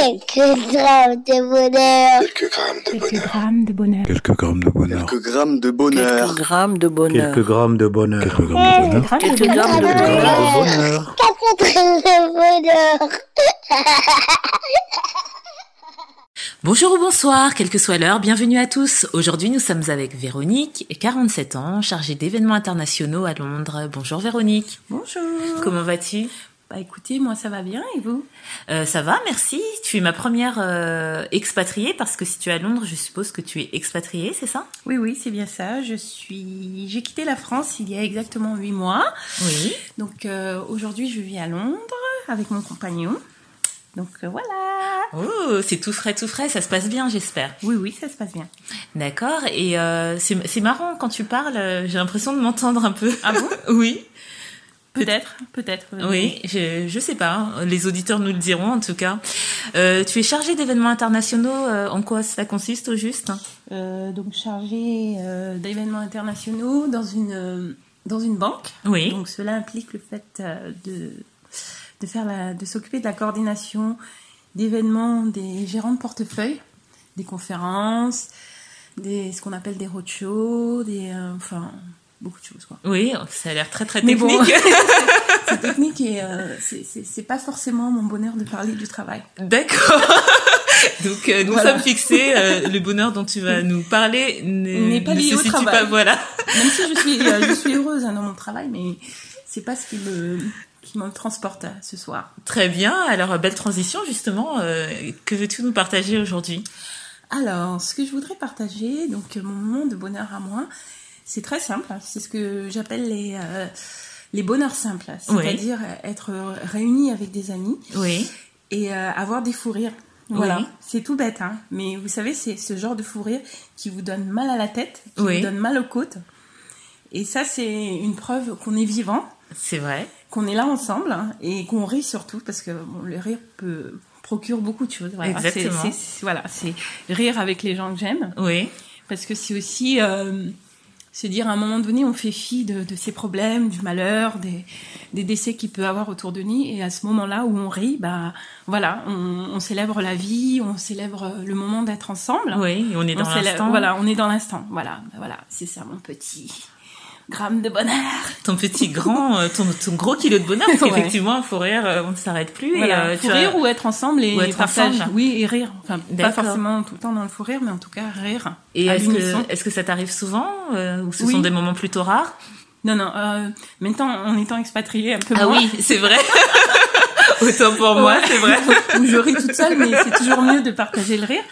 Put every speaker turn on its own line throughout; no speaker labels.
Quelques grammes de bonheur.
Quelques grammes de
Quelques
bonheur.
grammes de bonheur.
Quelques grammes de bonheur.
Quelques grammes de
Quelques
bonheur.
grammes de bonheur.
Quelques grammes de bonheur.
Quelques grammes de bonheur.
Quelques
Quelques
grammes
grammes
de
de
bonheur.
bonheur.
Quatre grammes de bonheur.
Bonjour ou bonsoir, quelle que soit l'heure, bienvenue à tous. Aujourd'hui, nous sommes avec Véronique, 47 ans, chargée d'événements internationaux à Londres. Bonjour Véronique.
Bonjour.
Comment vas-tu
Bah écoutez, moi ça va bien et vous
Euh, Ça va, merci. Tu es ma première euh, expatriée parce que si tu es à Londres, je suppose que tu es expatriée, c'est ça
Oui oui, c'est bien ça. Je suis j'ai quitté la France il y a exactement huit mois.
Oui.
Donc euh, aujourd'hui, je vis à Londres avec mon compagnon. Donc euh, voilà.
Oh, c'est tout frais, tout frais, ça se passe bien, j'espère.
Oui oui, ça se passe bien.
D'accord, et euh, c'est c'est marrant quand tu parles, euh, j'ai l'impression de m'entendre un peu. Ah bon Oui.
Peut-être, peut-être.
Oui, je, je sais pas. hein. Les auditeurs nous le diront en tout cas. Euh, tu es chargé d'événements internationaux. euh, en quoi cela consiste au juste
Euh, donc chargée euh, d'événements internationaux dans une euh, dans une banque.
Oui.
Donc cela implique le fait euh, de de faire la, de s'occuper de la coordination d'événements des gérants de portefeuille, des conférences, des ce qu'on appelle des roadshows, des euh, enfin beaucoup de choses quoi.
Oui, ça a l'air très très
Mais
technique.
bon. C'est technique et euh, c'est- c'est c'est pas forcément mon bonheur de parler du travail.
D'accord. Donc euh, nous
Voilà.
sommes fixés. euh, le bonheur dont tu vas nous parler ne,
N'est pas
ne
lié
se
au
situe
travail.
pas. Voilà.
Même si je suis euh, je suis heureuse hein, dans mon travail, mais c'est pas ce qui me qui me transporte euh, ce soir.
Très bien. Alors euh, belle transition justement. euh, que veux-tu nous partager aujourd'hui
Alors, ce que je voudrais partager, donc euh, mon moment de bonheur à moi, c'est très simple. hein. C'est ce que j'appelle les, euh, les bonheurs simples.
Oui.
C'est-à-dire euh, être euh, réunis avec des amis
Oui.
et euh, avoir des fous rires. Voilà,
Oui.
c'est tout bête, hein. mais vous savez, c'est ce genre de fou rire qui vous donne mal à la tête, qui
Oui.
vous donne mal aux côtes. Et ça, c'est une preuve qu'on est vivant,
C'est vrai.
qu'on est là ensemble hein, et qu'on rit surtout parce que bon, le rire peut, procure beaucoup de choses. Voilà, C'est-
Exactement.
c'est- c'est- voilà, c'est rire avec les gens que j'aime.
Oui.
Parce que c'est aussi euh, se dire à un moment donné, on fait fi de, de ses problèmes, du malheur, des, des décès qu'il peut avoir autour de nous. Et à ce moment-là où on rit, bah voilà, on, on célèbre la vie, on célèbre euh, le moment d'être ensemble.
Oui. et On est
On
dans
célèbre-
l'instant.
Voilà, on est dans l'instant. Voilà, bah voilà, c'est ça mon petit gramme de bonheur.
ton petit grand, euh, ton, ton gros kilo de bonheur, parce
Ouais.
qu'effectivement, il faut rire, euh, on ne s'arrête plus. et,
voilà,
euh,
fou
tu as-
rire ou être ensemble et
ou être
partage.
ensemble.
Oui, et rire. Enfin, pas
D'accord.
forcément tout le temps dans le fou rire, mais en tout cas rire.
Et
à
est-ce
l'unisson.
que, est-ce que ça t'arrive souvent euh, Ou ce
Oui.
sont des moments plutôt rares
Non, non. Euh, maintenant, en étant expatrié, un peu
Ah
moins.
oui, c'est vrai. Autant pour moi,
Ouais.
c'est vrai.
où je ris toute seule, mais c'est toujours mieux de partager le rire.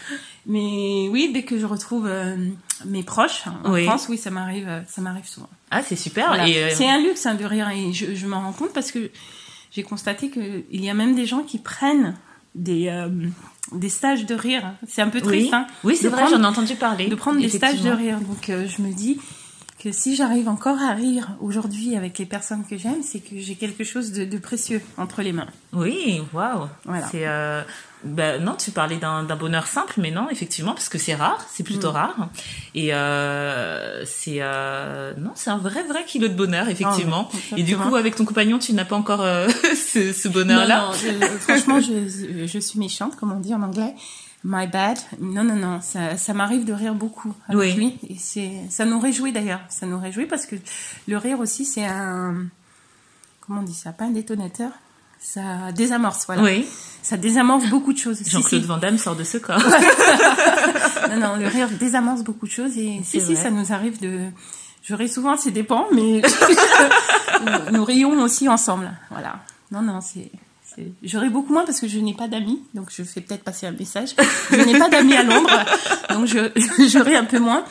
Mais oui, dès que je retrouve euh, mes proches en
Oui.
France, oui, ça m'arrive, euh, ça m'arrive souvent.
Ah, c'est super.
Voilà.
Et, euh,
C'est un luxe hein, de rire et je, je m'en rends compte parce que j'ai constaté que il y a même des gens qui prennent des euh, des stages de rire. C'est un peu triste,
oui,
hein,
oui c'est
de
vrai,
prendre-
j'en ai entendu parler.
de prendre des stages de
Effectivement.
rire. Donc euh, je me dis que si j'arrive encore à rire aujourd'hui avec les personnes que j'aime, c'est que j'ai quelque chose de- de précieux entre les mains.
Oui, waouh.
Voilà.
C'est, euh, bah, non, tu parlais d'un d'un bonheur simple, mais non, effectivement, parce que c'est rare, c'est plutôt
Mm.
rare. Et euh, c'est euh, non, c'est un vrai vrai kilo de bonheur, effectivement.
Ah ouais,
Et du
exactement.
coup, avec ton compagnon, tu n'as pas encore euh, ce, ce bonheur-là.
Non, non, je- euh, franchement, je, je suis méchante, comme on dit en anglais. My bad. Non, non, non, ça, ça m'arrive de rire beaucoup avec
Oui.
lui. Et c'est, ça nous réjouit d'ailleurs. Ça nous réjouit parce que le rire aussi, c'est un. Comment on dit ça Pas un détonateur. Ça désamorce, voilà.
Oui,
Ça désamorce beaucoup de choses. Si,
Jean-Claude
si.
Van Damme sort de ce corps.
Non, non, le rire désamorce beaucoup de choses. Et si,
C'est
si,
vrai.
ça nous arrive de. Je ris souvent, c'est dépend, mais nous- nous rions aussi ensemble. Voilà. Non, non, c'est. c'est- Je ris beaucoup moins parce que je n'ai pas d'amis, donc je fais peut-être passer un message. Je n'ai pas d'amis à Londres, donc je, je ris un peu moins.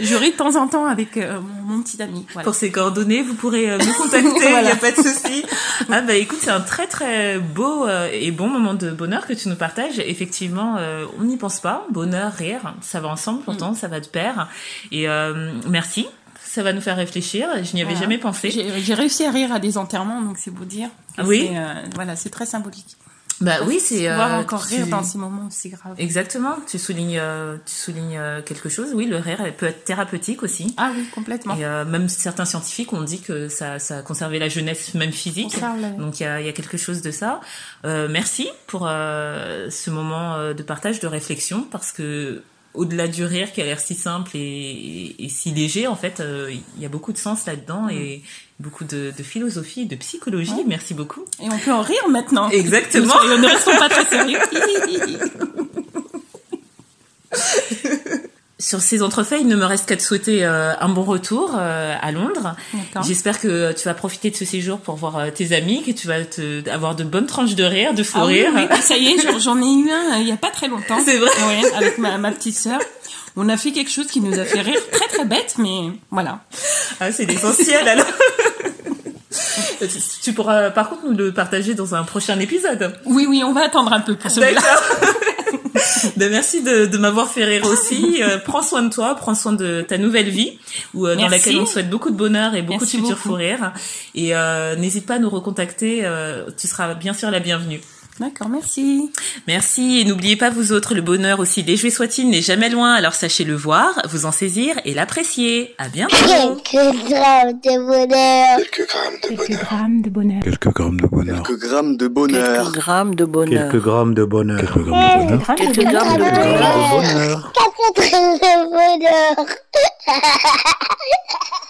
Je ris de temps en temps avec euh, mon, mon petit ami. Voilà.
Pour ses coordonnées, vous pourrez euh, me contacter, il
Voilà.
n'y a pas de souci. Ah bah écoute, c'est un très très beau euh, et bon moment de bonheur que tu nous partages. Effectivement, euh, on n'y pense pas. Bonheur, rire, ça va ensemble
Mm.
pourtant, ça va de pair. Et euh, merci, ça va nous faire réfléchir. Je n'y avais
Voilà.
jamais pensé.
J'ai j'ai réussi à rire à des enterrements, donc c'est beau dire. que
Ah Oui.
c'est, euh, voilà, c'est très symbolique.
Bah oui, c'est
Pouvoir
euh,
encore
tu-
rire dans ces moments aussi graves.
Exactement, tu soulignes, euh, tu soulignes euh, quelque chose. Oui, le rire elle peut être thérapeutique aussi.
Ah oui, complètement.
Et euh, même certains scientifiques ont dit que ça, ça a conservé la jeunesse, même physique.
Conserve la-
Donc il y a, il y a quelque chose de ça. Euh, merci pour euh, ce moment euh, de partage, de réflexion, parce que au-delà du rire qui a l'air si simple et, et- et si léger, en fait, euh, il y a beaucoup de sens là-dedans et
Mm.
beaucoup de, de philosophie, de psychologie. Merci beaucoup.
Et on peut en rire maintenant.
Exactement.
Parce que ne restons pas très sérieux.
Sur ces entrefaits, il ne me reste qu'à te souhaiter euh, un bon retour euh, à Londres.
D'accord.
J'espère que euh, tu vas profiter de ce séjour pour voir euh, tes amis, que tu vas te, avoir de bonnes tranches de rire, de fou
Ah oui,
rire.
oui, ça y est, j'en- j'en ai eu un euh, il n'y a pas très longtemps.
C'est vrai.
Ouais, avec ma, ma petite sœur. On a fait quelque chose qui nous a fait rire très très bête, mais voilà.
Ah, c'est l'essentiel alors. tu pourras par contre nous le partager dans un prochain épisode.
Oui, oui, on va attendre un peu pour celui-là.
Ben, merci de, de m'avoir fait rire aussi. Euh, prends soin de toi, prends soin de ta nouvelle vie, où, euh, dans
Merci.
laquelle on te souhaite beaucoup de bonheur et beaucoup
Merci
de futurs
beaucoup.
fous rires. Et euh, n'hésite pas à nous recontacter, euh, tu seras bien sûr la bienvenue.
D'accord, merci.
Merci et n'oubliez pas vous autres, le bonheur aussi déjoué soit-il n'est jamais loin, alors sachez le voir, vous en saisir et l'apprécier. À bientôt.
Quelques grammes de bonheur.
Quelques grammes de
Quelques
bonheur.
grammes de bonheur.
Quelques grammes de bonheur.
Quelques grammes de bonheur.
Quelques grammes de bonheur.
Quelques grammes de bonheur. Quelques
de
bonheur.
Grammes de
Quelques
bonheur.
grammes de bonheur.
Bonheur.
Quatre grammes de bonheur.